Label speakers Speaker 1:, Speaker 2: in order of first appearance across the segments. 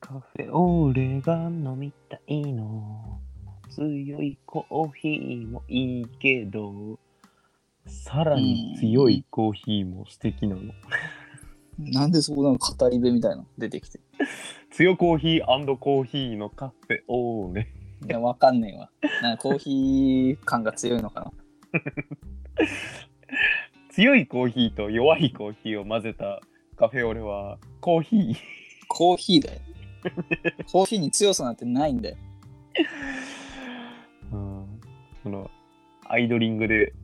Speaker 1: カフェオレが飲みたいの強いコーヒーもいいけどさらに強いコーヒーも素敵なの、
Speaker 2: なんでそこなんか語り部みたいなの出てきて。
Speaker 1: 強コーヒーコーヒーのカフェオーレ
Speaker 2: いや、わかんねえわ。なんかコーヒー感が強いのかな。
Speaker 1: 強いコーヒーと弱いコーヒーを混ぜたカフェオレはコーヒー
Speaker 2: コーヒーだよ。コーヒーに強さなんてないんだよ。
Speaker 1: うんそのアイドリングで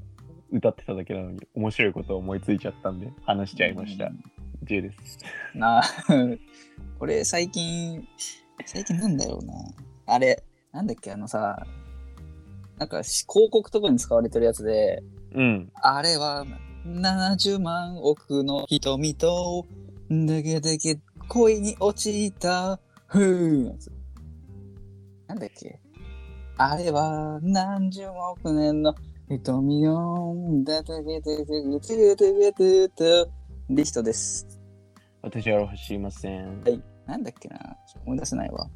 Speaker 1: 歌ってただけなのに面白いことを思いついちゃったんで話しちゃいました、J です
Speaker 2: なあ これ最近最近なんだろうなあれなんだっけあのさなんかし広告とかに使われてるやつで
Speaker 1: うん
Speaker 2: あれは70万億の瞳とだけだけ恋に落ちたふうのやつなんだっけあれは何十万億年の瞳よだけだけだけだけだけリヒトです
Speaker 1: 私は知りません、
Speaker 2: はいなんだっけな思い出せないわ。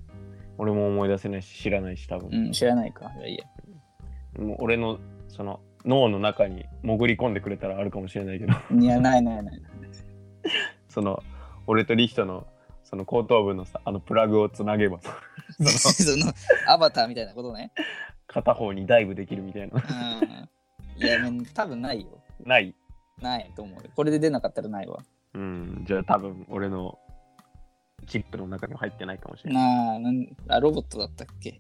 Speaker 1: 俺も思い出せないし知らないし多
Speaker 2: う
Speaker 1: 分、
Speaker 2: ん、知らないか。いやいや。
Speaker 1: もう俺のその脳の中に潜り込んでくれたらあるかもしれないけ ど
Speaker 2: いや、ないないない。
Speaker 1: その俺とリヒトのその後頭部のさあのプラグをつなげばさその
Speaker 2: その、アバターみたいなことね。
Speaker 1: 片方にダイブできるみたいな
Speaker 2: うん。いや、ね多分ないよ。
Speaker 1: ない
Speaker 2: ないと思う。これで出なかったらないわ。
Speaker 1: うんじゃあ多分俺のチップの中には入ってないかもしれない
Speaker 2: なあ、なんあロボットだったっけ
Speaker 1: い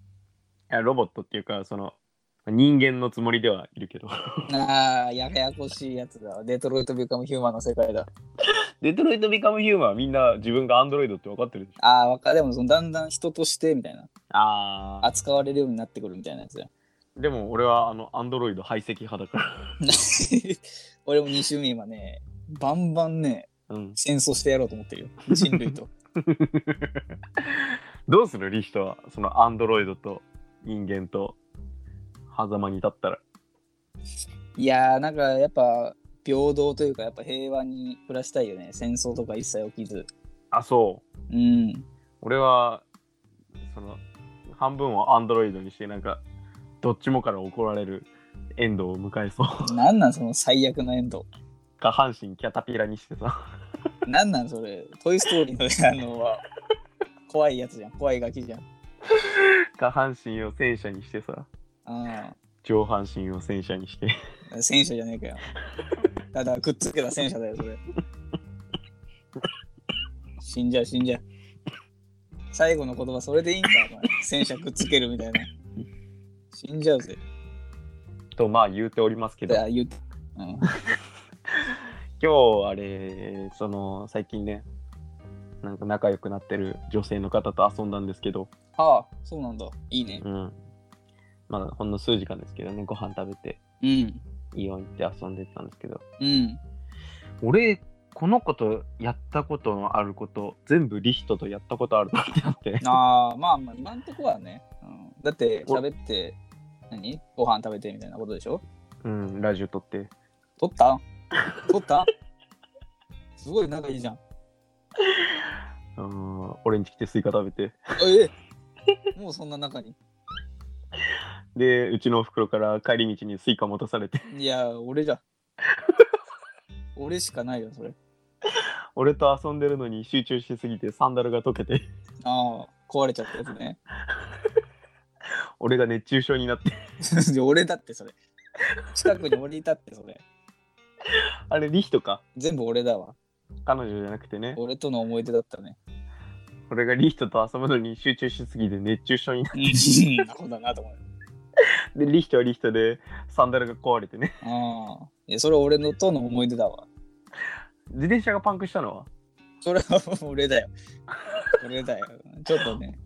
Speaker 1: やロボットっていうかその人間のつもりではいるけど
Speaker 2: なあ、ややこしいやつだわ。デトロイト・ビカム・ヒューマンの世界だ。
Speaker 1: デトロイト・ビカム・ヒューマンはみんな自分がアンドロイドって分かってるでしょ
Speaker 2: ああ、わかでもその、だんだん人としてみたいな。
Speaker 1: ああ
Speaker 2: 扱われるように なってくるみたいなやつだ。
Speaker 1: でも俺はあのアンドロイド排斥派だか
Speaker 2: 俺も2周目今ね、バンバンね、
Speaker 1: らうん
Speaker 2: 戦争してやろうと思ってるよ。人類と。
Speaker 1: どうするリヒトはそのアンドロイドと人間と狭間に立ったら
Speaker 2: いやーなんかやっぱ平等というかやっぱ平和に暮らしたいよね戦争とか一切起きず
Speaker 1: あそう
Speaker 2: うん
Speaker 1: 俺はその半分をアンドロイドにしてなんかどっちもから怒られるエンドを迎えそう
Speaker 2: なんなんその最悪のエンド
Speaker 1: 下半身キャタピラにしてさ
Speaker 2: なんなんそれトイ・ストーリーのあのは怖いやつじゃん怖いガキじゃん
Speaker 1: 下半身を戦車にしてさ
Speaker 2: あ
Speaker 1: 上半身を戦車にして
Speaker 2: あ戦車じゃねえかよただくっつけた戦車だよそれ死んじゃう死んじゃう最後の言葉それでいいんかお前戦車くっつけるみたいな死んじゃうぜ
Speaker 1: とまあ言うておりますけど
Speaker 2: だ言ううん
Speaker 1: 今日あれその最近ねなんか仲良くなってる女性の方と遊んだんですけど、
Speaker 2: ああそうなんだいいね
Speaker 1: うん、まあほんの数時間ですけどねご飯食べて
Speaker 2: うん
Speaker 1: イオン行って遊んでたんですけど
Speaker 2: うん。
Speaker 1: 俺この子とやったことのあること全部リヒトとやったことあるなってなって
Speaker 2: ああ、まあまあ、今んとこはね。うん、だって、喋って、何ご飯食べてみたいなことでしょ
Speaker 1: うんラジオ撮って
Speaker 2: 撮った撮ったすごい仲いいじゃん。
Speaker 1: うん俺ん家来てスイカ食べて
Speaker 2: ええもうそんな中に。
Speaker 1: でうちのおふくろから帰り道にスイカ持たされて
Speaker 2: いや、俺じゃ。俺しかないよ、それ。
Speaker 1: 俺と遊んでるのに集中しすぎてサンダルが溶けて
Speaker 2: ああ、壊れちゃったやつね
Speaker 1: 俺が熱中症になって
Speaker 2: いや。 俺だって、それ。近くに俺いたって、それ。
Speaker 1: あれリヒトか
Speaker 2: 全部俺だわ。
Speaker 1: 彼女じゃなくてね
Speaker 2: 俺との思い出だったね。
Speaker 1: 俺がリヒトと遊ぶのに集中しすぎて熱中症になっ
Speaker 2: うん、なこと だなと思う。
Speaker 1: てリヒトはリヒトでサンダルが壊れてね
Speaker 2: ああ。いや、それ俺のとの思い出だわ。
Speaker 1: 自転車がパンクしたのは
Speaker 2: それはもう俺だよ。俺だよ。ちょっとね、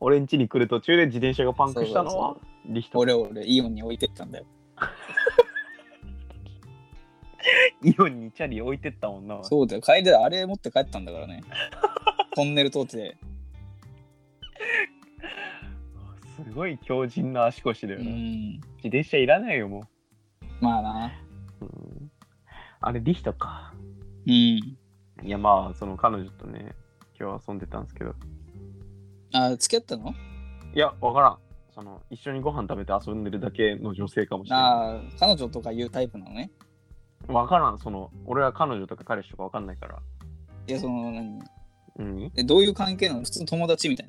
Speaker 1: 俺ん家に来る途中で自転車がパンクしたのは
Speaker 2: そう
Speaker 1: リヒト
Speaker 2: 俺を俺イオンに置いてったんだよ。
Speaker 1: イオンにチャリ置いてったもんな
Speaker 2: そうだよ。帰りだ、あれ持って帰ったんだから ね。トンネル通って。
Speaker 1: すごい強靭な足腰だ
Speaker 2: う
Speaker 1: よな、
Speaker 2: ん。
Speaker 1: 自転車いらないよも
Speaker 2: まあな。
Speaker 1: う、うんあれリヒトか
Speaker 2: うん。
Speaker 1: いやまあその彼女とね今日遊んでたんですけど
Speaker 2: あ、付き合ったの
Speaker 1: いや、わからん。その、一緒にご飯食べて遊んでるだけの女性かもしれな
Speaker 2: ああ、彼女とかいうタイプなのね。
Speaker 1: い。わからん。その、俺は彼女とか彼氏とかわかんないから。
Speaker 2: いや、その、何
Speaker 1: うん。い
Speaker 2: えどういう関係なの普通の友達みたい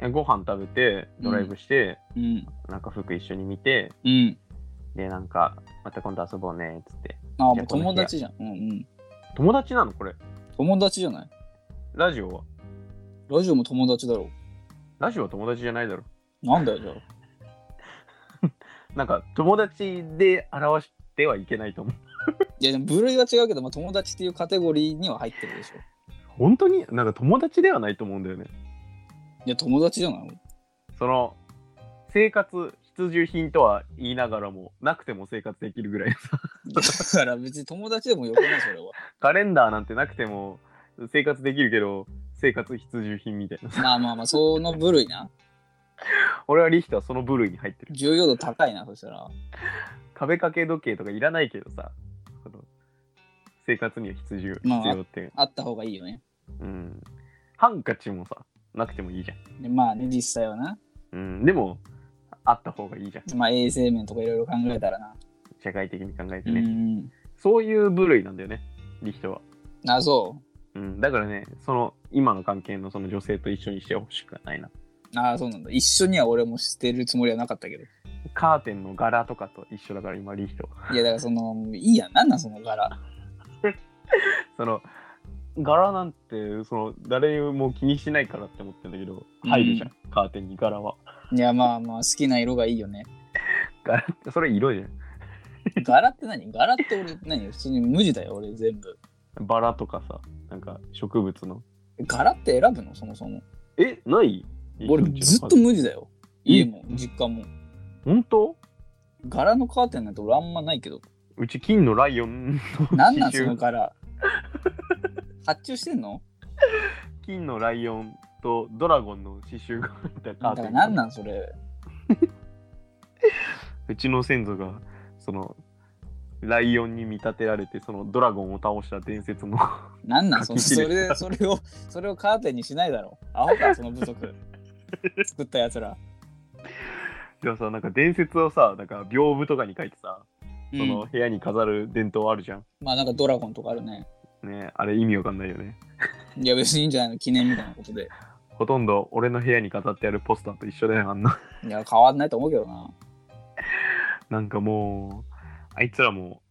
Speaker 2: な。
Speaker 1: やご飯食べて、ドライブして、
Speaker 2: うん。
Speaker 1: なんか服一緒に見て、
Speaker 2: うん。
Speaker 1: で、なんか、また今度遊ぼうね、つって。
Speaker 2: あ
Speaker 1: じ
Speaker 2: ーも
Speaker 1: ゃあ
Speaker 2: う友達じゃん。うんうん。
Speaker 1: 友達なのこれ。
Speaker 2: 友達じゃない
Speaker 1: ラジオは
Speaker 2: ラジオも友達だろ
Speaker 1: ラジオは友達じゃないだろ。
Speaker 2: う。なんだよ、じゃあ。
Speaker 1: なんか、友達で表してはいけないと思う。
Speaker 2: いや、でも部類は違うけど、まあ、友達っていうカテゴリーには入ってるでしょ。
Speaker 1: 本当になんか友達ではないと思うんだよね。
Speaker 2: いや、友達じゃ ない
Speaker 1: その、生活必需品とは言いながらも、なくても生活できるぐらいのさ。
Speaker 2: だから別に友達でもよくない、それは。
Speaker 1: カレンダーなんてなくても生活できるけど、生活必需品みたいな。
Speaker 2: まあまあまあ、その部類な。
Speaker 1: 俺はリヒトはその部類に入ってる。
Speaker 2: 重要度高いな、そしたら。
Speaker 1: 壁掛け時計とかいらないけどさ、その生活には必需、
Speaker 2: まあ
Speaker 1: 必要って。
Speaker 2: あった方がいいよね。
Speaker 1: うん。ハンカチもさ、なくてもいいじゃん。
Speaker 2: でまあね、実際はな。
Speaker 1: うん、でも、あった方がいいじゃん。
Speaker 2: まあ、衛生面とかいろいろ考えたらな。
Speaker 1: 社会的に考え
Speaker 2: う
Speaker 1: てね。
Speaker 2: ん。
Speaker 1: そういう部類なんだよね、リヒトは。
Speaker 2: あ、そ
Speaker 1: うん、だからね、その今の関係のその女性と一緒にしてほしくはないな。
Speaker 2: う。あそうなんだ。一緒には俺もしてるつもりはなかったけど。
Speaker 1: カーテンの柄とかと一緒だから今リヒトは。
Speaker 2: いや、だからその、いいやん。なんなん、その柄。
Speaker 1: その柄なんてその誰も気にしないからって思ってんだけど、
Speaker 2: うん
Speaker 1: 入るじゃん、カーテンに柄は。
Speaker 2: いや、まあまあ、好きな色がいいよね。
Speaker 1: 柄ってそれ色じゃ
Speaker 2: 柄って何柄って俺、何普通に無地だよ、俺全部。
Speaker 1: ん。バラとかさ、なんか植物の。
Speaker 2: 柄って選ぶのそもそも。
Speaker 1: え、ない
Speaker 2: 俺ずっと無地だよ。家も
Speaker 1: うん
Speaker 2: 実家も。
Speaker 1: 本当
Speaker 2: 柄のカーテンなんて俺あんまないけど。
Speaker 1: うち金のライオンの
Speaker 2: なんな ん
Speaker 1: 刺
Speaker 2: そ
Speaker 1: 繍
Speaker 2: の柄。発注してんの
Speaker 1: 金のライオンとドラゴンの刺繍が入ったカ
Speaker 2: だ
Speaker 1: ーテ
Speaker 2: か
Speaker 1: ン。
Speaker 2: らなんなんそれ。
Speaker 1: うちの先祖がそのライオンに見立てられてそのドラゴンを倒した伝説の
Speaker 2: なんなんその
Speaker 1: 書き
Speaker 2: そ
Speaker 1: 切
Speaker 2: れ それをそれをカーテンにしないだろ。アホかその部族。作ったやつら。
Speaker 1: でもさなんか伝説をさなんか屏風とかに書いてさ
Speaker 2: う
Speaker 1: その
Speaker 2: ん、
Speaker 1: 部屋に飾る伝統あるじゃん、
Speaker 2: まあなんかドラゴンとかあるね。
Speaker 1: ねあれ意味わかんないよね
Speaker 2: いや別にいいんじゃないの記念みたいなことで。
Speaker 1: ほとんど俺の部屋に飾ってあるポスターと一緒だよあんな
Speaker 2: いや変わんないと思うけどな。
Speaker 1: なんかもうあいつらも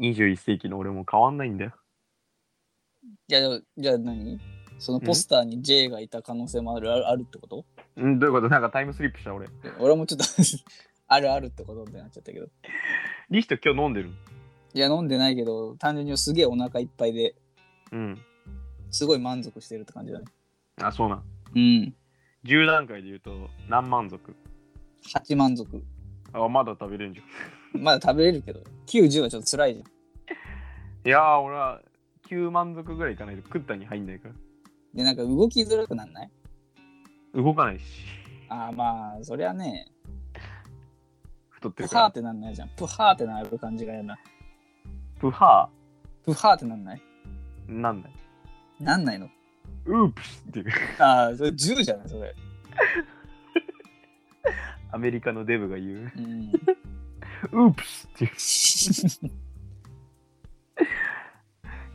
Speaker 1: 21世紀の俺も変わんないんだよ
Speaker 2: いやでもじゃあ何そのポスターに J がいた可能性もあるあるあるってこと
Speaker 1: んどういうことなんかタイムスリップした俺
Speaker 2: 俺もちょっと あるあるってことってなっちゃったけど。
Speaker 1: リヒト今日飲んでる
Speaker 2: いや飲んでないけど単純にすげえお腹いっぱいで
Speaker 1: うん
Speaker 2: すごい満足してるって感じだね。
Speaker 1: あそうなん
Speaker 2: うん。
Speaker 1: 10段階で言うと何満足
Speaker 2: 8満足。
Speaker 1: あまだ食べれんじゃん
Speaker 2: まだ食べれるけど9、10はちょっと辛いじゃん。
Speaker 1: いやー、俺は9満足ぐらいいかないと食ったに入んないか
Speaker 2: で、なんか動きづらくなんない
Speaker 1: ら。動かないし、
Speaker 2: ああ、まあ、そりゃね、
Speaker 1: 太って
Speaker 2: プ
Speaker 1: る
Speaker 2: ハー
Speaker 1: か
Speaker 2: ってなんないじゃん。プハーってなる感じがやな。
Speaker 1: ら。プハ
Speaker 2: プハーってなんない
Speaker 1: ーなんだよ。
Speaker 2: なんないの
Speaker 1: ウープスっていう、
Speaker 2: ああ、それ10じゃないそれ。
Speaker 1: アメリカのデブが言う。
Speaker 2: うん。
Speaker 1: ウープスっていう。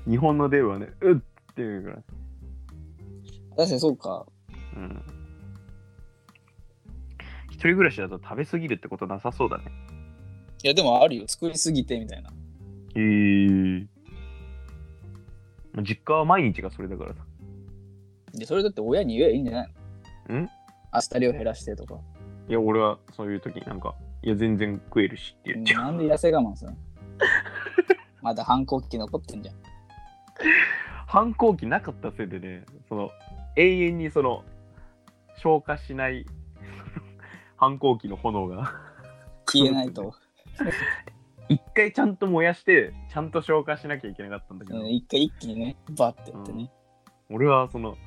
Speaker 1: 日本のデブはね、うっっていうから。
Speaker 2: 確かにそうか。
Speaker 1: うん。一人暮らしだと食べ過ぎるってことなさそうだね。
Speaker 2: いや、でもあるよ。作りすぎてみたいな。
Speaker 1: えー。実家は毎日がそれだからさ。
Speaker 2: で、それだって親に言えばいいんじゃないの
Speaker 1: ん
Speaker 2: 明日量減らしてとか。
Speaker 1: いや、俺はそういう時になんか、いや、全然食えるしって言っちゃう。
Speaker 2: なんで痩せ我慢するのまだ反抗期残ってんじゃん。
Speaker 1: 反抗期なかったせいでねその永遠にその消化しない 反抗期の炎が
Speaker 2: 消えないと。
Speaker 1: 一回ちゃんと燃やしてちゃんと消化しなきゃいけなかったんだけ
Speaker 2: う
Speaker 1: ど、
Speaker 2: ん一回一気にね、バッてやってね。
Speaker 1: 俺はその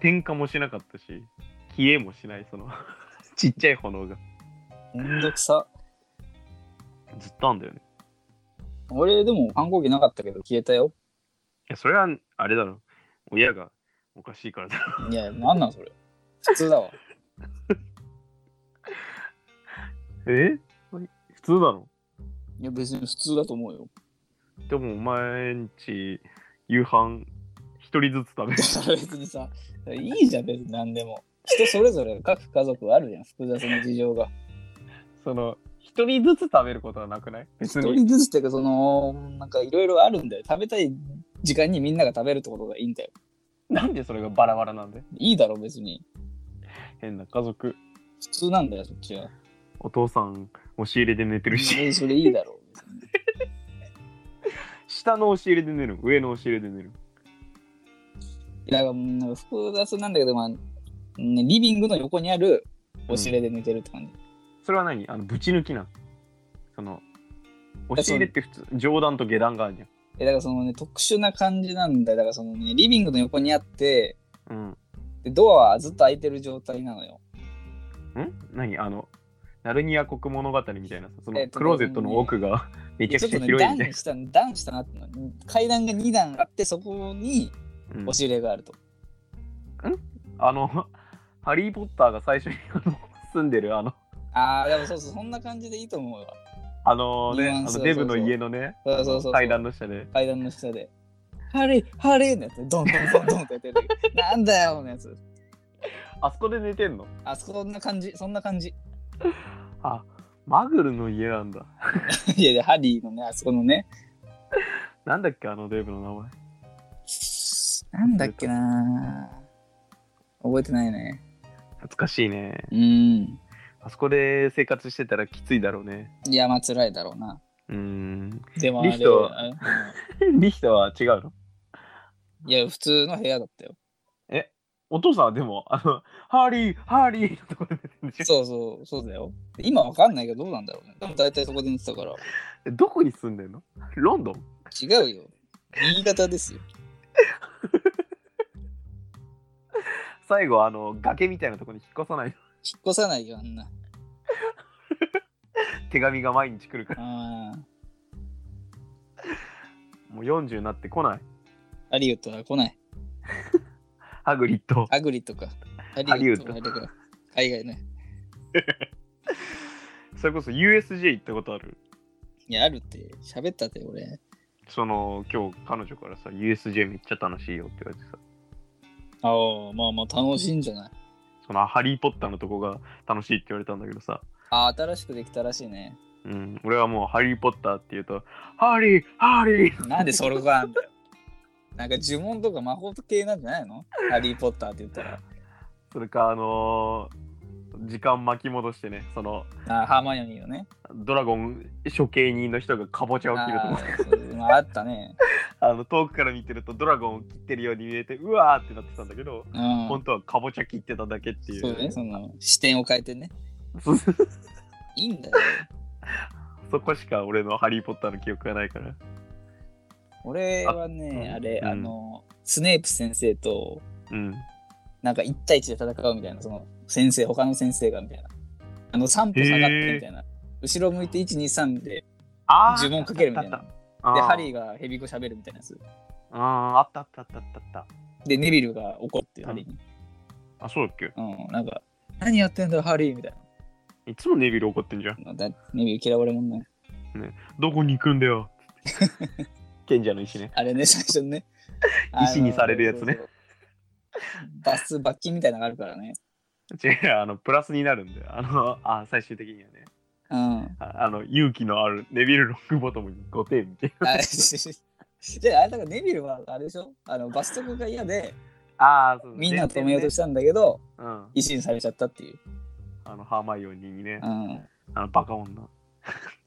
Speaker 1: 点火もしなかったし消えもしないその ちっちゃい炎が
Speaker 2: めんどくさ。
Speaker 1: ずっとあんだよね
Speaker 2: 俺でも反抗期なかったけど消えたよ。
Speaker 1: いやそれはあれだろ親がおかしいからだろ
Speaker 2: いや、なんなんそれ。普通だわ。
Speaker 1: え普通だろ
Speaker 2: いや、別に普通だと思うよ。
Speaker 1: でもお前んち夕飯一人ずつ食べる
Speaker 2: だから別にさ、いいじゃん、別に何でも。人それぞれ、各家族あるじゃん、複雑な事情が。
Speaker 1: その一人ずつ食べることはなくない別
Speaker 2: 一
Speaker 1: に
Speaker 2: 人ずつっていうか、その、なんかいろいろあるんだよ。食べたい時間にみんなが食べるってことがいいんだよ。
Speaker 1: なんでそれがバラバラなんで
Speaker 2: いいだろ、別に。
Speaker 1: 変な家族
Speaker 2: 普通なんだよ、そっちは。
Speaker 1: お父さん押し入れで寝てるし
Speaker 2: えそれいいだろ。別に
Speaker 1: 下の押し入れで寝る上の押し入れで寝る
Speaker 2: だから、なんか複雑なんだけど、まあ、ねリビングの横にあるおしれで寝てるって感じ。
Speaker 1: それは何あのぶち抜きなんその押し入れって普通上段と下段があるじゃん
Speaker 2: えだからそのね、特殊な感じなんだよ。だからそのね、リビングの横にあって、
Speaker 1: うん
Speaker 2: でドアはずっと開いてる状態なのよ。
Speaker 1: ん何あのナルニア国物語みたいなさそ
Speaker 2: え
Speaker 1: の
Speaker 2: っと
Speaker 1: クローゼットの奥がめちゃ
Speaker 2: ちょ
Speaker 1: くち
Speaker 2: っと
Speaker 1: ゃ
Speaker 2: ね、
Speaker 1: 広いみたい
Speaker 2: 段下、段下なっての階段が2段あって、そこに
Speaker 1: な、うん
Speaker 2: おしれがあると。
Speaker 1: あの「ハリー・ポッター」が最初にあの住んでるあの
Speaker 2: ああ、でもそうそう、そんな感じでいいと思うわ。
Speaker 1: あのね
Speaker 2: ニュアン
Speaker 1: あ
Speaker 2: ス
Speaker 1: の
Speaker 2: そう
Speaker 1: デブの
Speaker 2: そうそう
Speaker 1: 家のね
Speaker 2: そうそうそうそう
Speaker 1: 階段の下で
Speaker 2: 階段の下で。ハリー、ハリーのやつ、ドンドンドンドンって やってる。なんだよ、のやつ。
Speaker 1: あそこで寝てんの
Speaker 2: あそこそんな感じ、そんな感じ。
Speaker 1: あマグルの家なんだ
Speaker 2: いやいや、ハリーのね、あそこのね。
Speaker 1: なんだっけあのデブの名前
Speaker 2: なんだっけなぁ覚えてないね。
Speaker 1: 懐かしいね
Speaker 2: うん。
Speaker 1: あそこで生活してたらきついだろうね
Speaker 2: いや、まあ、辛いだろうな。
Speaker 1: うーん
Speaker 2: でもあれ、
Speaker 1: リヒト
Speaker 2: あ
Speaker 1: リヒタは違うの
Speaker 2: うんいや、普通の部屋だったよ。
Speaker 1: お父さんはでもあのハーリーハーリーのところで寝てるでし
Speaker 2: そうそう、そうだよ。今わかんないけど、どうなんだろうね。でも大体そこで寝てたから。
Speaker 1: ょどこに住んでんのロンドン
Speaker 2: 違うよ。新潟ですよ。
Speaker 1: 最後あの崖みたいなところに引っ越さないの
Speaker 2: 引っ越さないよ、あんな。
Speaker 1: 手紙が毎日来るから
Speaker 2: ああ。
Speaker 1: もう40になってこない
Speaker 2: ハリウッドは来ない。
Speaker 1: ハグリッド
Speaker 2: アグリとか。
Speaker 1: ハリウッド
Speaker 2: ハリウッド海外ね。
Speaker 1: それこそ USJ 行ったことある
Speaker 2: いや、あるって喋ったって、俺。
Speaker 1: その今日彼女からさ USJ めっちゃ楽しいよって言われてさ
Speaker 2: ああ、まあまあ楽しいんじゃない。
Speaker 1: そのハリー・ポッターのとこが楽しいって言われたんだけどさ、
Speaker 2: ああ、新しくできたらしいね。
Speaker 1: うん、俺はもうハリー・ポッターって言うとハリーハリー
Speaker 2: なんでそれがあんだよ。なんか呪文とか魔法系なんじゃないのハリー・ポッターって言ったら。
Speaker 1: それかあのー時間巻き戻してねその
Speaker 2: あーハーマイオニーのね。
Speaker 1: ドラゴン処刑人の人がカボチャを切ると
Speaker 2: あ
Speaker 1: こ
Speaker 2: ーそうまああったね。
Speaker 1: あの遠くから見てるとドラゴンを切ってるように見えてうわーってなってたんだけど、
Speaker 2: うん。
Speaker 1: 本当はカボチャ切ってただけっていう
Speaker 2: そうね、その視点を変えてね。
Speaker 1: そう
Speaker 2: いいんだよ。
Speaker 1: そこしか俺のハリー・ポッターの記憶がないから
Speaker 2: 俺はね、
Speaker 1: あ
Speaker 2: あれ、
Speaker 1: うん
Speaker 2: あの、スネープ先生と、
Speaker 1: うん
Speaker 2: なんか1対1で戦うみたいな、その先生、他の先生がみたいな。あの、3歩下がってみたいな。後ろ向いて1、2、3で
Speaker 1: あ
Speaker 2: 呪文かけるみたい
Speaker 1: あ
Speaker 2: な
Speaker 1: っ。
Speaker 2: で、ハ
Speaker 1: ー
Speaker 2: リーがヘビ語喋るみたいなやつ。
Speaker 1: あーあったあったあったあったあっ
Speaker 2: で、ネビルが怒るっていう、ハリーに。
Speaker 1: たあそうだっけ
Speaker 2: うん、なんか、何やってんだよ、ハリーみたい
Speaker 1: いつもネビル怒ってんじゃん
Speaker 2: な。だネビル嫌われもんね。
Speaker 1: どこに行くんだよ 賢者の石ね
Speaker 2: あれね、最初にね。
Speaker 1: 石にされるやつね
Speaker 2: あの。そうそう罰す罰金みたいなのがあるからね。
Speaker 1: 違うあのプラスになるんだよあのあ最終的にはね
Speaker 2: うん。
Speaker 1: ああの勇気のあるネビル・ロックボトムに5点みたいな
Speaker 2: あ じゃあ、あれだからネビルはあれでしょあの、罰則が嫌で、
Speaker 1: ああそう
Speaker 2: みんなを止めようと
Speaker 1: し
Speaker 2: したんだけど、
Speaker 1: た、うん、
Speaker 2: 石にされちゃったっていう。
Speaker 1: あのハーマイオニーにね、
Speaker 2: うん。
Speaker 1: あのバカ女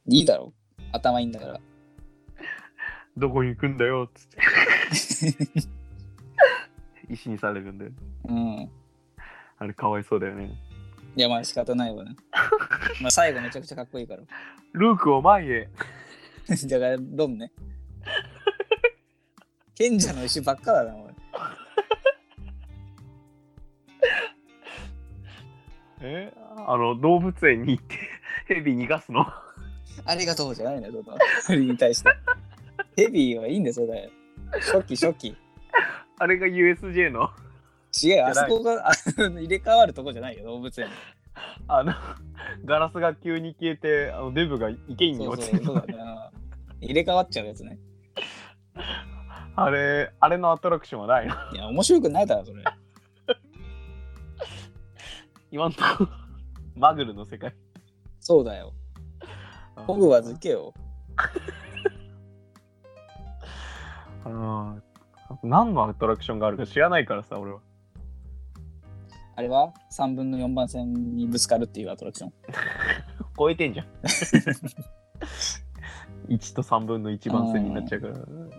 Speaker 2: いいだろ。頭いいんだから。
Speaker 1: どこに行くんだ よっつって石にされるんだよ
Speaker 2: うん。
Speaker 1: あれかわいそうだよね
Speaker 2: いや、まあ仕方ないわね。まあ最後めちゃくちゃかっこいいから。
Speaker 1: ルークを前へ
Speaker 2: だから、ロンね。賢者の石ばっかだな、俺。
Speaker 1: えあの動物園に行ってヘビ逃がすの
Speaker 2: ありがとうじゃないのよ、その。それに対して。ヘビーはいいんだよ、それ。初期、初期。
Speaker 1: あれが USJ の
Speaker 2: 違うよあそこがあ入れ替わるとこじゃないよ動物園
Speaker 1: あの、 ガラスが急に消えて、あのデブが池に
Speaker 2: そう
Speaker 1: 落ち
Speaker 2: そ
Speaker 1: て
Speaker 2: うそうだな入れ替わっちゃうやつね
Speaker 1: あれ、あれのアトラクションはないの
Speaker 2: いや面白くないだろそれ
Speaker 1: 今んとこ、マグルの世界。
Speaker 2: そうだよホグワーズ行けよ
Speaker 1: うん。何のアトラクションがあるか知らないからさ、俺は。
Speaker 2: あれは3分の4番線にぶつかるっていうアトラクション
Speaker 1: 超えてんじゃん。1と3分の1番線になっちゃうから、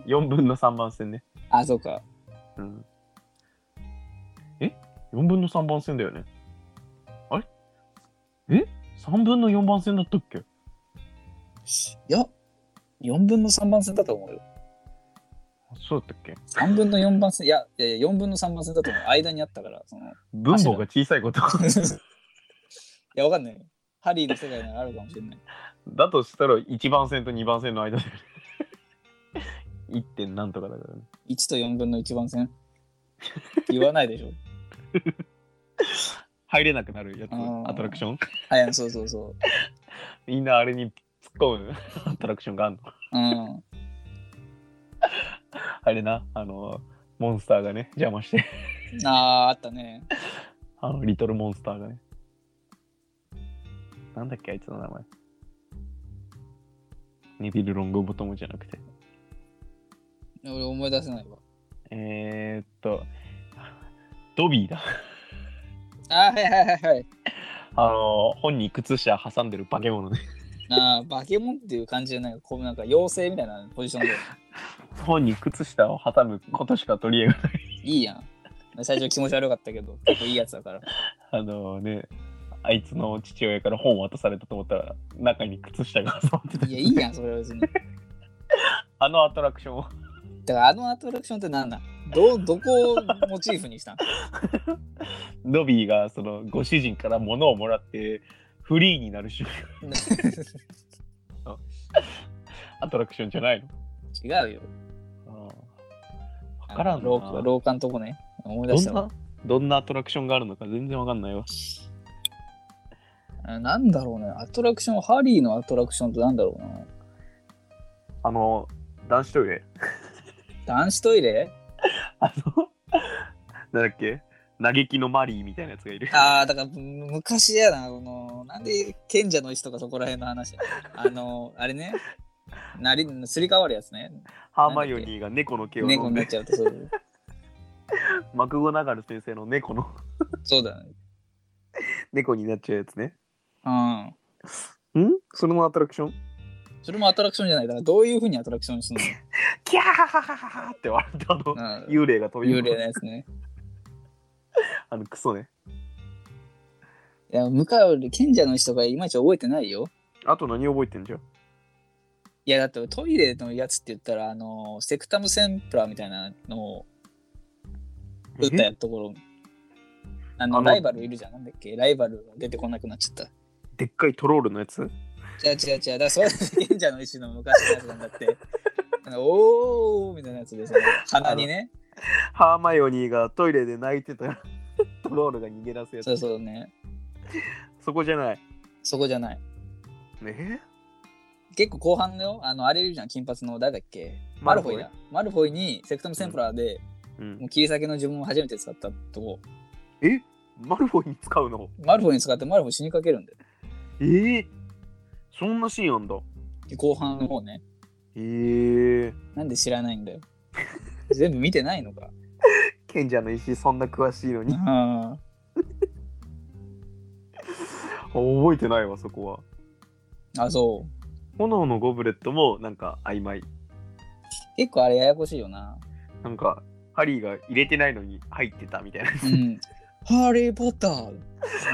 Speaker 1: 4分の3番線ね。
Speaker 2: あそうか
Speaker 1: うん。え ?4 分の3番線だよね。あれえ ?3 分の4番線だったっけ
Speaker 2: いや4分の3番線だと思うよ
Speaker 1: あそうだったっけ
Speaker 2: 3分の4番線いやいや4分の3番線だと思う間にあったからその い
Speaker 1: 分母が小さいこと。
Speaker 2: やわかんないよハリーの世界ならあるかもしれない
Speaker 1: だとしたら1番線と2番線の間で 1. 点なんとかだからね。
Speaker 2: 1と4分の1番線言わないでしょ
Speaker 1: 入れなくなるやつ
Speaker 2: あー
Speaker 1: アトラクション
Speaker 2: はいそうそうそう
Speaker 1: みんなあれに突っ込む アトラクションがあるの
Speaker 2: うん
Speaker 1: あれなあのモンスターがね邪魔して
Speaker 2: あーあったね
Speaker 1: あのリトルモンスターがねなんだっけあいつの名前ネビル・ロングボトムじゃなくて
Speaker 2: 俺思い出せないわ
Speaker 1: えー、っとドビーだ
Speaker 2: あーはいはいはいはい
Speaker 1: あの本に靴下挟んでる化け物ね
Speaker 2: あーバケモンっていう感じじゃないこうなんか妖精みたいなポジションで
Speaker 1: 本に靴下を挟むことしか取り柄が
Speaker 2: いいやん最初気持ち悪かったけど結構いいやつだから
Speaker 1: あのね、あいつの父親から本渡されたと思ったら、中に靴下が挟まってた。
Speaker 2: いやいいやんそれは別に
Speaker 1: あのアトラクションを、
Speaker 2: だからあのアトラクションって何なんどどこをモチーフにしたん
Speaker 1: ノビーがそのご主人から物をもらって、フリーになる瞬間アトラクションじゃない
Speaker 2: 違うよ
Speaker 1: のあーわからんな
Speaker 2: 廊下廊下のとこね思い出
Speaker 1: ど
Speaker 2: し
Speaker 1: ん
Speaker 2: たわ
Speaker 1: な、どんなアトラクションがあるのか全然わかんないわ。
Speaker 2: あなんだろうねアトラクションハリーのアトラクションってなんだろうな
Speaker 1: あの、男子トイレ。
Speaker 2: 男子トイレ
Speaker 1: あの、なんだっけ嘆きのマリーみたいなやつがいる。
Speaker 2: ああだからむ昔やなこのなんで賢者の石とかそこら辺の話あのあれねなりすり替わるやつね
Speaker 1: ハーマイオニーが猫の毛を飲ん
Speaker 2: 猫になっ
Speaker 1: で、
Speaker 2: ちゃうとそう
Speaker 1: マクゴナガル先生の猫の、
Speaker 2: そうだね
Speaker 1: 猫になっちゃうやつね。
Speaker 2: うん
Speaker 1: んそれもアトラクション
Speaker 2: それもアトラクションじゃないだからどういうふうにアトラクション する
Speaker 1: キャーハハハハって笑ってあの、
Speaker 2: の、うん、
Speaker 1: 幽霊が飛び
Speaker 2: 幽
Speaker 1: 込
Speaker 2: 霊
Speaker 1: む
Speaker 2: のやつね
Speaker 1: あのクソね
Speaker 2: いや、向かう賢者の石とかいまいち覚えてないよ。
Speaker 1: あと何覚えてんじゃん
Speaker 2: いや、だってトイレのやつって言ったら、あの、セクタムセンプラーみたいなのを打ったや
Speaker 1: え
Speaker 2: ところ。あの
Speaker 1: あの
Speaker 2: ライバルいるじゃん。なんだっけライバルが出てこなくなっちゃっ
Speaker 1: でっかいトロールのやつ
Speaker 2: た。違う違う違う。だからそれ賢者の石の昔のやつなんだって。 あのおーみたいなやつでさ、鼻にね。
Speaker 1: ハーマイオニーがトイレで泣いて たトロールが逃げ出すやつ
Speaker 2: そうそうね。
Speaker 1: そこじゃない
Speaker 2: そこじゃない。
Speaker 1: え
Speaker 2: 結構後半だよ。あの、あれいるじゃん。金髪の誰だっけ
Speaker 1: マ
Speaker 2: マル
Speaker 1: ル
Speaker 2: フ
Speaker 1: フォ
Speaker 2: ォイ
Speaker 1: イ
Speaker 2: だ。マルフォイにセクタムセンプラーで、
Speaker 1: うん
Speaker 2: もう切り裂けの呪文を初めて使ったとこ。
Speaker 1: えマルフォイに使うの
Speaker 2: マルフォに使ってマルフォ死にかけるんだよ。
Speaker 1: えー、そんなシーンあんだ
Speaker 2: 後半の方ね。
Speaker 1: えー、
Speaker 2: なんで知らない んだよ。全部見てないのか。
Speaker 1: 賢者の石そんな詳しい のに
Speaker 2: あ
Speaker 1: 覚えてないわそこは
Speaker 2: ーあ、そう。
Speaker 1: 炎のゴブレットもなんか曖昧
Speaker 2: 結構あれややこしいよな。
Speaker 1: なんかハリーが入れてないのに入ってたみたいな
Speaker 2: うん。ハリー・ポッター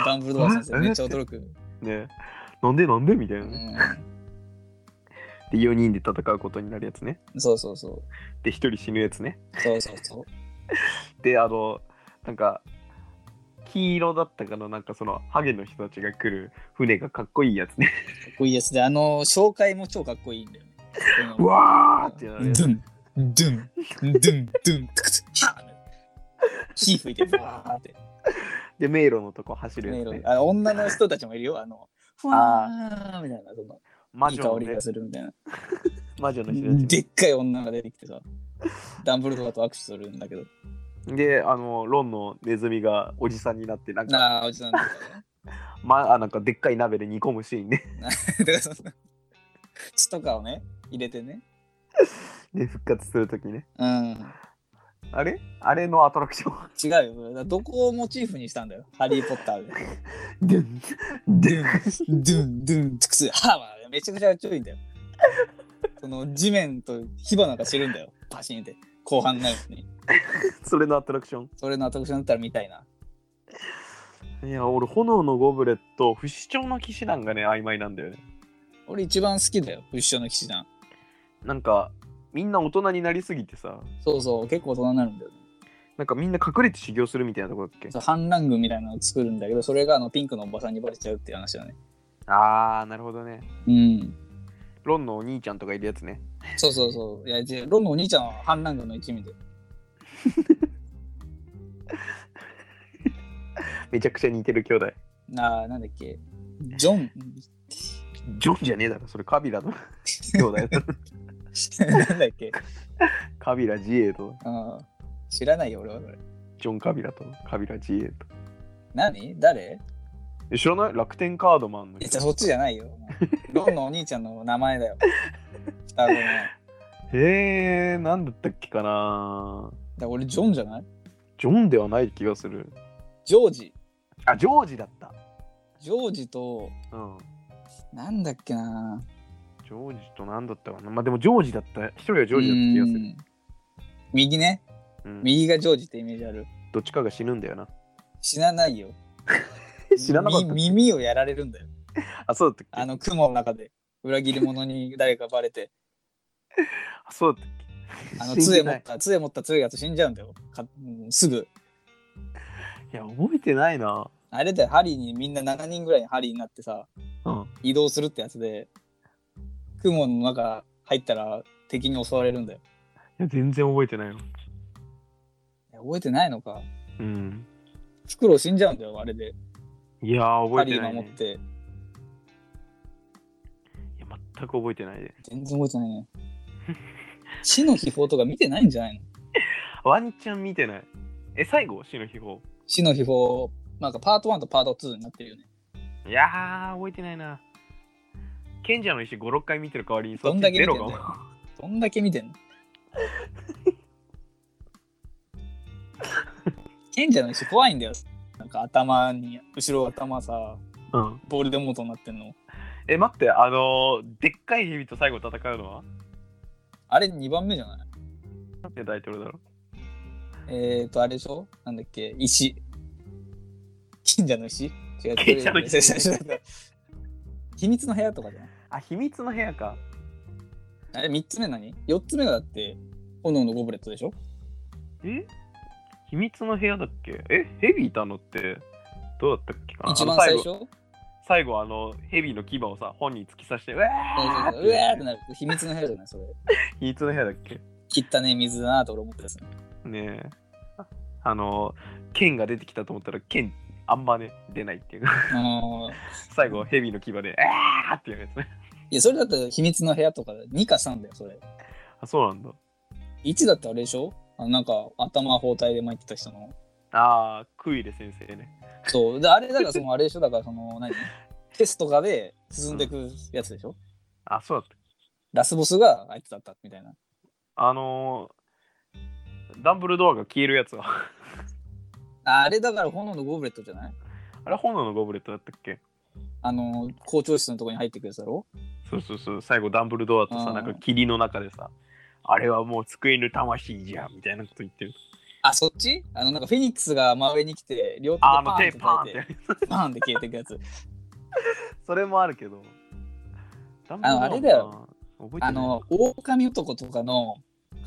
Speaker 2: ダンブルドア先生めっちゃ驚く。
Speaker 1: ねなんでなんでみたいうなね、
Speaker 2: ん。
Speaker 1: で4人で戦うことになるやつね
Speaker 2: そうそうそう。
Speaker 1: で1人死ぬやつね
Speaker 2: そうそうそう。
Speaker 1: であのなんか黄色だったかななんかそのハゲの人たちが来る船がかっこいいやつね
Speaker 2: かっこいいやつで、あの、紹介も超かっこいいんだよね。こ
Speaker 1: う
Speaker 2: の
Speaker 1: わーってなるやつ
Speaker 2: ドゥン、ドゥン、ドゥン、ドゥン、トゥクトゥハッ火吹いて、バーって。
Speaker 1: で、迷路のとこ走る
Speaker 2: 迷
Speaker 1: やつ、
Speaker 2: 路
Speaker 1: ね
Speaker 2: に。あ女の人たちもいるよ。あの、ふわーみたいな、その、
Speaker 1: 魔
Speaker 2: いい
Speaker 1: 女
Speaker 2: 香
Speaker 1: の、
Speaker 2: り
Speaker 1: ね
Speaker 2: が、するみたいな。
Speaker 1: 魔女の人たち
Speaker 2: でっかい女が出てきてさ、ダンブルドアと握手するんだけど、
Speaker 1: で、あの、ロンのネズミがおじさんになって、なんか、
Speaker 2: なあ、おじさんだからね。
Speaker 1: ま、あなんかでっかい鍋で煮込むシーンね。
Speaker 2: だからその、血とかをね、入れてね。
Speaker 1: で、復活するときね。
Speaker 2: うん。
Speaker 1: あれあれのアトラクション。
Speaker 2: 違うよ。だからどこをモチーフにしたんだよ。ハリー・ポッターで。
Speaker 1: でん、でん。
Speaker 2: ドゥン、ドゥン、つくす。歯はめちゃくちゃ強いんだよ。その地面と火花が散るんだよ。パシンって。後半になるのに。
Speaker 1: それのアトラクション。
Speaker 2: それのアトラクションだったら見たいな。
Speaker 1: いや、俺、炎のゴブレット、不死鳥の騎士団がね、曖昧なんだよね。
Speaker 2: 俺一番好きだよ。不死鳥の騎士団。
Speaker 1: なんか、みんな大人になりすぎてさ、
Speaker 2: そうそう。結構大人になるんだよね。
Speaker 1: なんかみんな隠れて修行するみたいなとこだっけ
Speaker 2: そう反乱軍みたいなのを作るんだけど、それがあのピンクのおばさんにバレちゃうっていう話だね。
Speaker 1: あー、なるほどね。
Speaker 2: うん。
Speaker 1: ロンのお兄ちゃんとかいるやつね。
Speaker 2: そうそうそう。いや、じゃあロンのお兄ちゃんは反乱軍の一味で。
Speaker 1: めちゃくちゃ似てる兄弟。
Speaker 2: なあ、なんだっけ。ジョン。
Speaker 1: ジョンじゃねえだろ、それカビラの兄弟だ ろ。
Speaker 2: なんだっけ。
Speaker 1: カビラ自衛と、
Speaker 2: うん。知らないよ、俺はそれ。
Speaker 1: ジョン・カビラと、カビラ自衛と。
Speaker 2: 何誰
Speaker 1: え知らない楽天カードマンの
Speaker 2: え、じゃ
Speaker 1: 人
Speaker 2: あ。そっちじゃないよ。 ロンのお兄ちゃんの名前だよ。双子の。だか
Speaker 1: えー、なんだったっけかな
Speaker 2: ら俺、ジョンじゃない
Speaker 1: ジョンではない気がする。
Speaker 2: ジョージ。
Speaker 1: あ、ジョージだった。
Speaker 2: ジョージと、
Speaker 1: うん。
Speaker 2: なんだっけな。
Speaker 1: ジョージと何だったかなまあでもジョージだった。一人はジョージだった気がする。
Speaker 2: うん右ね。
Speaker 1: うん
Speaker 2: 右がジョージってイメージある。
Speaker 1: どっちかが死ぬんだよ な。
Speaker 2: 死なないよ。
Speaker 1: 知らなかった
Speaker 2: み耳をやられるんだよ。
Speaker 1: あ、そうだったっけ
Speaker 2: あの雲の中で。裏切り者に誰かバレて、
Speaker 1: あそうだったっけ
Speaker 2: あの
Speaker 1: 信
Speaker 2: 杖
Speaker 1: じ
Speaker 2: 持
Speaker 1: な
Speaker 2: っ
Speaker 1: い
Speaker 2: た、杖持った強いやつ死んじゃうんだよ。かうんすぐ。
Speaker 1: いや、覚えてないな。
Speaker 2: あれだよ、ハリーにみんな7人ぐらいにハリーになってさ、
Speaker 1: うん。
Speaker 2: 移動するってやつで雲の中入ったら敵に襲われるんだよ
Speaker 1: いや、全然覚えてないよ。
Speaker 2: いや覚えてないのか
Speaker 1: うん。
Speaker 2: フクロウ死んじゃうんだよあれで
Speaker 1: いやー、
Speaker 2: ハ
Speaker 1: 覚え
Speaker 2: リ
Speaker 1: て
Speaker 2: ー
Speaker 1: ない、
Speaker 2: 守っ
Speaker 1: ね。
Speaker 2: て
Speaker 1: いや、全く覚えてないで。
Speaker 2: 全然覚えてないね 死の秘宝とか見てないんじゃないの
Speaker 1: ワンチャン見てない。え、最後死の秘宝。
Speaker 2: 死の秘宝なんかパート1とパート2になってるよね
Speaker 1: いやー、覚えてないな。賢者の石5、6回見てる代わりにそ
Speaker 2: ど
Speaker 1: っ
Speaker 2: ん
Speaker 1: ち
Speaker 2: だけ
Speaker 1: ゼ
Speaker 2: 見て
Speaker 1: ロ
Speaker 2: んだ
Speaker 1: が
Speaker 2: よどんだけ見 てんの賢者の石怖いんだよなんか頭に後ろ頭
Speaker 1: 多い。
Speaker 2: さ
Speaker 1: うん。
Speaker 2: ボールデモートになってんの
Speaker 1: え、待って、あのー、でっかい蛇と最後戦うのは
Speaker 2: あれ2番目じゃない
Speaker 1: なんて大統領だろ
Speaker 2: えーと、あれでしょなんだっけ石。賢者の石違う。
Speaker 1: 賢者の石
Speaker 2: それ違う違う 秘密の部屋とかじゃない
Speaker 1: あ、秘密の部屋か。
Speaker 2: あれ、3つ目何 ?4 つ目がだって、炎のゴブレットでしょ
Speaker 1: え秘密の部屋だっけえ、蛇いたのって、どうだったっけかな
Speaker 2: 一
Speaker 1: あ
Speaker 2: 番
Speaker 1: の
Speaker 2: 最
Speaker 1: 後
Speaker 2: 初そう
Speaker 1: 最後、あの、蛇の牙をさ、本に突き刺して、うわ
Speaker 2: そう
Speaker 1: ー
Speaker 2: そううわーってなる。秘密の部屋じゃないそれ。
Speaker 1: 秘密の部屋だっけ
Speaker 2: 切ったね水だなと俺思ったやつね。
Speaker 1: ねえ。あの、剣が出てきたと思ったら、剣、あんまね、出ないっていう か、
Speaker 2: あのー
Speaker 1: 最後、蛇の牙で、あーってやるやつね。
Speaker 2: いや、それだったら秘密の部屋とか2か3だよ、それ。
Speaker 1: あ、そうなんだ。
Speaker 2: 1だったらあれでしょあのなんか頭包帯で巻いてた人の。
Speaker 1: あー、クイレ先生ね。
Speaker 2: そう。で、あれだからその、あれでしょだからその、何テストとかで進んでいくやつでしょ
Speaker 1: あ、そうだった。
Speaker 2: ラスボスがあいつだったみたいな。
Speaker 1: あのー、ダンブルドアが消えるやつは。
Speaker 2: ああれだから炎のゴブレットじゃない
Speaker 1: あれ、炎のゴブレットだったっけ
Speaker 2: あの、校長室のとこに入ってくるやつだろ
Speaker 1: そうそうそう、最後、ダンブルドアと
Speaker 2: う
Speaker 1: さ、
Speaker 2: ん
Speaker 1: なんか霧の中でさ、あれはもう机の魂じゃんみたいなこと言ってる。
Speaker 2: あ、そっちあの、なんかフェニックスが真上に来て、両手で
Speaker 1: あー、
Speaker 2: パ
Speaker 1: あの
Speaker 2: ーン
Speaker 1: 手
Speaker 2: って
Speaker 1: パーンっ
Speaker 2: 叩いて、
Speaker 1: て。
Speaker 2: パーンって消えていくや つ。
Speaker 1: それもあるけど。ダンブルドア
Speaker 2: あのあれだよ
Speaker 1: な。覚えてない
Speaker 2: あの、狼男とかの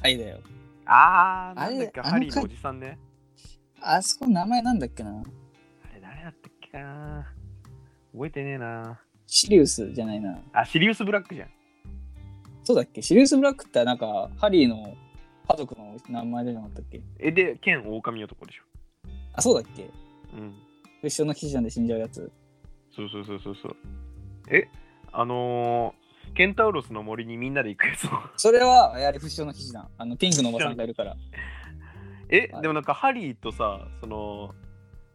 Speaker 2: 回だよ。
Speaker 1: あー、
Speaker 2: あ
Speaker 1: な
Speaker 2: れ
Speaker 1: んだっけ、
Speaker 2: あの
Speaker 1: ハリーの
Speaker 2: 回
Speaker 1: おじさんね。
Speaker 2: あそこ名前なんだっけな
Speaker 1: あれ、誰だったっけかな。覚えてねえな。
Speaker 2: シリウスじゃないな。
Speaker 1: あ、シリウス・ブラックじゃん。
Speaker 2: そうだっけシリウスブラックってなんか、ハリーの家族の名前じゃなかったっけ
Speaker 1: え、で、剣狼男でしょ。
Speaker 2: あ、そうだっけ
Speaker 1: うん。
Speaker 2: 一緒の記事なんで死んじゃうやつ。
Speaker 1: そうそうそうそうそう。えあのー、ケンタウロスの森にみんなで行くやつ
Speaker 2: それは、やはり不詳の記事だ。あの、ピンクのおばさんがいるから。
Speaker 1: え、
Speaker 2: はい
Speaker 1: でもなんかハリーとさ、その、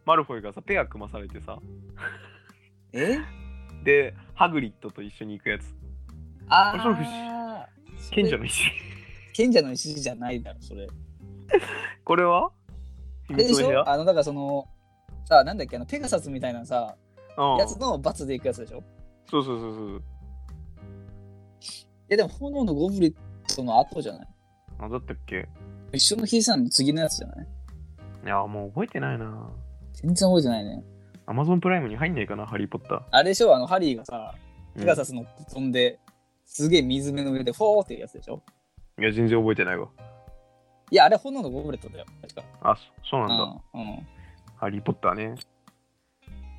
Speaker 1: マルフォイがさ、ペア組まされてさ、
Speaker 2: え
Speaker 1: で、ハグリッドと一緒に行くやつ。
Speaker 2: あ
Speaker 1: れそれ不
Speaker 2: あ。
Speaker 1: 賢者
Speaker 2: の
Speaker 1: の石。
Speaker 2: 賢者の石じゃないだろ、それ。
Speaker 1: これは秘
Speaker 2: あれで
Speaker 1: 密
Speaker 2: し
Speaker 1: の部
Speaker 2: ょ
Speaker 1: 屋
Speaker 2: あの、だからその、さあ、なんだっけ、あの、ペガサスみたいなさ、
Speaker 1: うん
Speaker 2: やつの罰でいくやつでしょい
Speaker 1: そうそうそうそう。
Speaker 2: や、でも、炎のゴブリットの後じゃない
Speaker 1: あ、だったっけ
Speaker 2: 一緒の記事さんの次のやつじゃない
Speaker 1: いや、もう覚えてないな。
Speaker 2: 全然覚えてないね。
Speaker 1: アマゾンプライムに入んないかな、ハリー・ポッター。
Speaker 2: あれでしょあの、ハリーがさ、ペガ
Speaker 1: う
Speaker 2: サス乗って飛んで、すげえ水目の上で、フォーっていうやつでしょ
Speaker 1: んいや、全然覚えてないわ。
Speaker 2: いや、あれ、炎のゴブレットだよ。確か。
Speaker 1: あ、そそうなんだ。
Speaker 2: うん。うん。
Speaker 1: ハリー・ポッターね。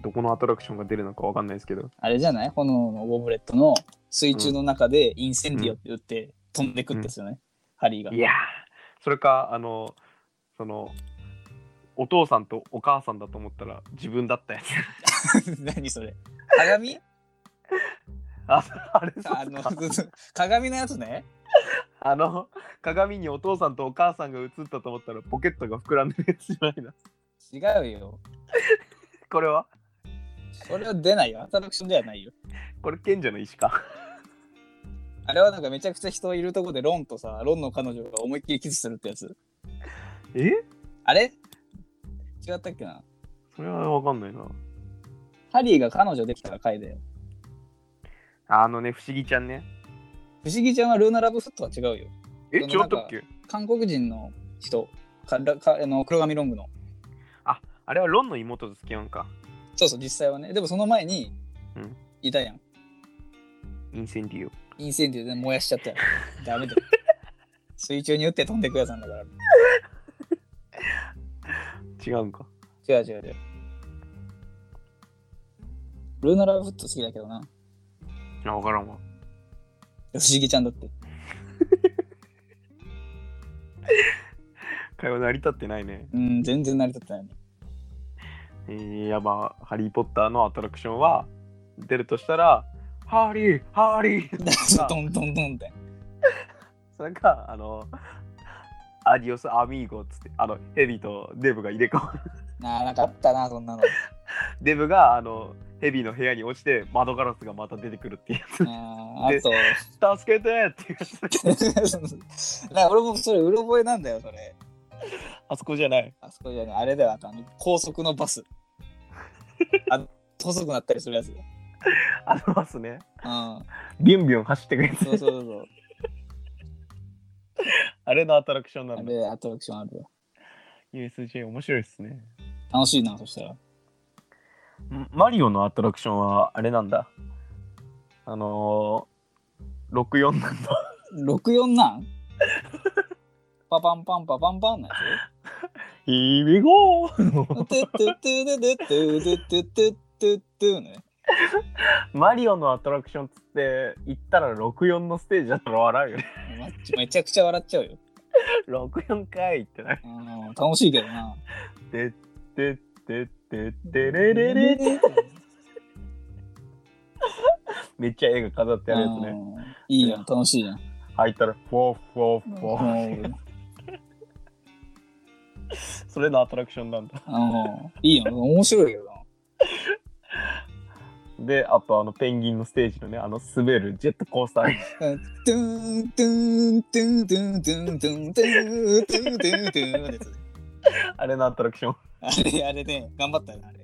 Speaker 1: どこのアトラクションが出るのかわかんないですけど。
Speaker 2: あれじゃない炎のゴブレットの水中の中でインセンディオって打って飛んでくってですよね。ハリーが。
Speaker 1: いやー、それか、あの、その、お父さんとお母さんだと思ったら自分だったやつ。
Speaker 2: 何それ 鏡
Speaker 1: あ、あれそう
Speaker 2: あ
Speaker 1: っ
Speaker 2: の
Speaker 1: すか、
Speaker 2: 鏡のやつね。
Speaker 1: あの、鏡にお父さんとお母さんが映ったと思ったらポケットが膨らんでるやつじゃないな。
Speaker 2: 違うよ。
Speaker 1: これは
Speaker 2: それは出ないよ。アトラクションではないよ。
Speaker 1: これ賢者の石か。
Speaker 2: あれはなんかめちゃくちゃ人いるとこでロンとさ、ロンの彼女が思いっきりキスするってやつ。
Speaker 1: え
Speaker 2: あれ違ったっけな
Speaker 1: それはわかんないな。
Speaker 2: ハリーが彼女できたら回だよ。
Speaker 1: あのね、不思議ちゃんね。
Speaker 2: 不思議ちゃんはルーナラブフットは違うよ。
Speaker 1: え、違
Speaker 2: その
Speaker 1: っ
Speaker 2: なんか
Speaker 1: たっけ
Speaker 2: 韓国人の人。からかあの黒髪ロングの。
Speaker 1: あれはロンの妹と付き合うんか。
Speaker 2: そうそう、実際はね。でもその前に
Speaker 1: うん、
Speaker 2: いたやん。
Speaker 1: インセンディオ。
Speaker 2: インセンディオで燃やしちゃったやん。ダメ だよ。水中に打って飛んでくやつなんだから。
Speaker 1: 違うんか。
Speaker 2: 違う違う違う。ルーナラブフット好きだけどな。
Speaker 1: あ、わからんわ。
Speaker 2: 不思議ちゃんだって。
Speaker 1: 会話成り立ってないね。
Speaker 2: うん、全然成り立ってないね。
Speaker 1: えー、やば、ハリー・ポッターのアトラクションは出るとしたら、ハリー、ハリー
Speaker 2: ドンドンドンって。
Speaker 1: それか、あの、アディオス・アミーゴっつって、あの、ヘビとデブが入れ替わる。
Speaker 2: なあ、なんかあったな、そんなの。
Speaker 1: デブが、あの、ヘビの部屋に落ちて、窓ガラスがまた出てくるっていうや
Speaker 2: あーあと、
Speaker 1: つ。助けてっていうやつ。
Speaker 2: なんか俺もそれ、うろ覚えなんだよ、それ。
Speaker 1: あそこじゃない。
Speaker 2: あそこじゃない、あれだよ、あとあの高速のバス。あの細くなったりするやつ。うん。
Speaker 1: あのバスね、ビュンビュン走ってくるやつ。
Speaker 2: そうそうそう。
Speaker 1: あれのアトラクションな
Speaker 2: あ
Speaker 1: んだ。
Speaker 2: れ、アトラクションあるわ。
Speaker 1: USJ 面白いですね。
Speaker 2: 楽しいな、そしたら。
Speaker 1: マリオのアトラクションはあれなんだ。あのー、64なんだ。
Speaker 2: 64なんパパンパンパパンパンなんやつ
Speaker 1: ヒビゴー
Speaker 2: トゥトゥトゥトゥトゥトゥトゥトゥトゥね。
Speaker 1: マリオのアトラクションっつって行ったら64のステージだったら笑うよね
Speaker 2: まめちゃくちゃ笑っちゃうよ。
Speaker 1: 64かいってなっ
Speaker 2: うん、楽しいけどな。
Speaker 1: てってってってってれれれれめっちゃ絵が飾ってあるやつね
Speaker 2: うんいいやん、楽しいやん。
Speaker 1: 入ったらフォーフォーフォー
Speaker 2: うん
Speaker 1: それのアトラクションなんだ
Speaker 2: いいやん、面白いけどな。
Speaker 1: であとあのペンギンのステージのねあの滑るジェットコースター
Speaker 2: トゥントゥントゥントゥントゥントゥントゥントゥントゥントゥンのやつ
Speaker 1: あれのアトラクション
Speaker 2: あれ、あれね、頑張ったよな、あれ。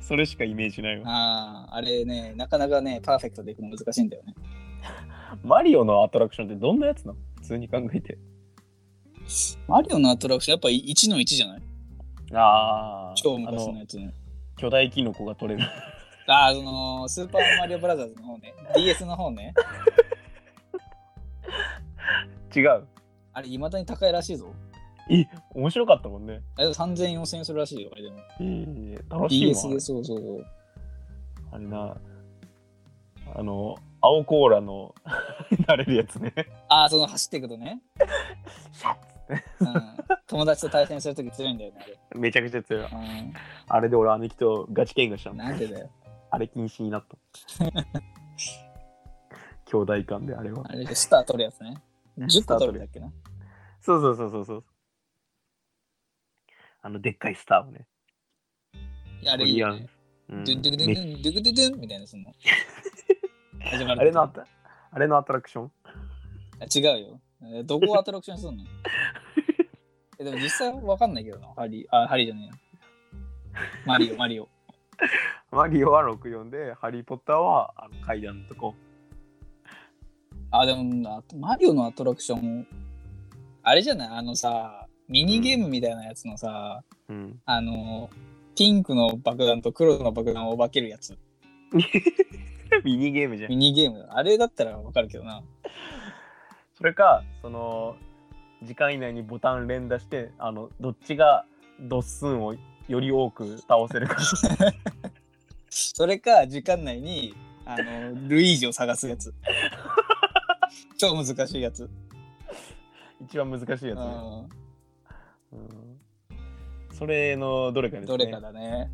Speaker 1: それしかイメージないわ
Speaker 2: ああ、あれね、なかなかね、パーフェクトでいくの難しいんだよね。
Speaker 1: マリオのアトラクションってどんなやつなの普通に考えて
Speaker 2: マリオのアトラクション、やっぱ1の1じゃない
Speaker 1: ああ
Speaker 2: 超昔のやつね。
Speaker 1: 巨大キノコが取れる
Speaker 2: ああ、その、スーパーマリオブラザーズの方ね。DS の方ね。
Speaker 1: 違う
Speaker 2: あれ、いまだに高いらしいぞ。
Speaker 1: え面白かったもんね、
Speaker 2: あれ、3000、4000円するらしいよ、あれでも。
Speaker 1: 楽しい
Speaker 2: DS
Speaker 1: もん
Speaker 2: で、そうそうそう。
Speaker 1: あれなあの青コーラの なれるやつね
Speaker 2: ああ、その走っていくとね。
Speaker 1: シャッ
Speaker 2: うん、友達と対戦するとき強いんだよね。
Speaker 1: めちゃくちゃ強い
Speaker 2: あ。れ
Speaker 1: あれで俺、姉貴とガチ喧嘩した
Speaker 2: うん、
Speaker 1: の。
Speaker 2: なんでだよ。
Speaker 1: あれ禁止になった。 兄弟間であれは。
Speaker 2: あれでスター取るやつね。10個取るんだっけな。
Speaker 1: そうそうそうそうそう。あの、でっかいスターをね。
Speaker 2: いやあれいいよね。
Speaker 1: うん
Speaker 2: ドゥンドゥクドゥンドゥンドゥクドゥドゥンみたいな その。始まる
Speaker 1: あれのあたあれのアトラクション
Speaker 2: あ違うよ。えどこをアトラクションす るのえでも実際わかんないけどな。ハリー、あ、ハリーじゃねえよ。マリオ、マリオ。
Speaker 1: マリオは64で、ハリー・ポッターはあの階段のとこ。
Speaker 2: あ、でもあマリオのアトラクション、あれじゃないあのさ、ミニゲームみたいなやつのさ、
Speaker 1: うん。
Speaker 2: あの、ピンクの爆弾と黒の爆弾を分けるやつ。
Speaker 1: ミニゲームじゃん
Speaker 2: ミ。ニゲームだ。あれだったらわかるけどな。
Speaker 1: それか、その、時間以内にボタン連打して、あの、どっちがドッスンをより多く倒せる か。
Speaker 2: それか、時間内に、あ の、ルイージを探すやつ。超難しいやつ。
Speaker 1: 一番難しいやつね、
Speaker 2: う
Speaker 1: うんそれのどれかで
Speaker 2: ん
Speaker 1: すね。
Speaker 2: どれかだね。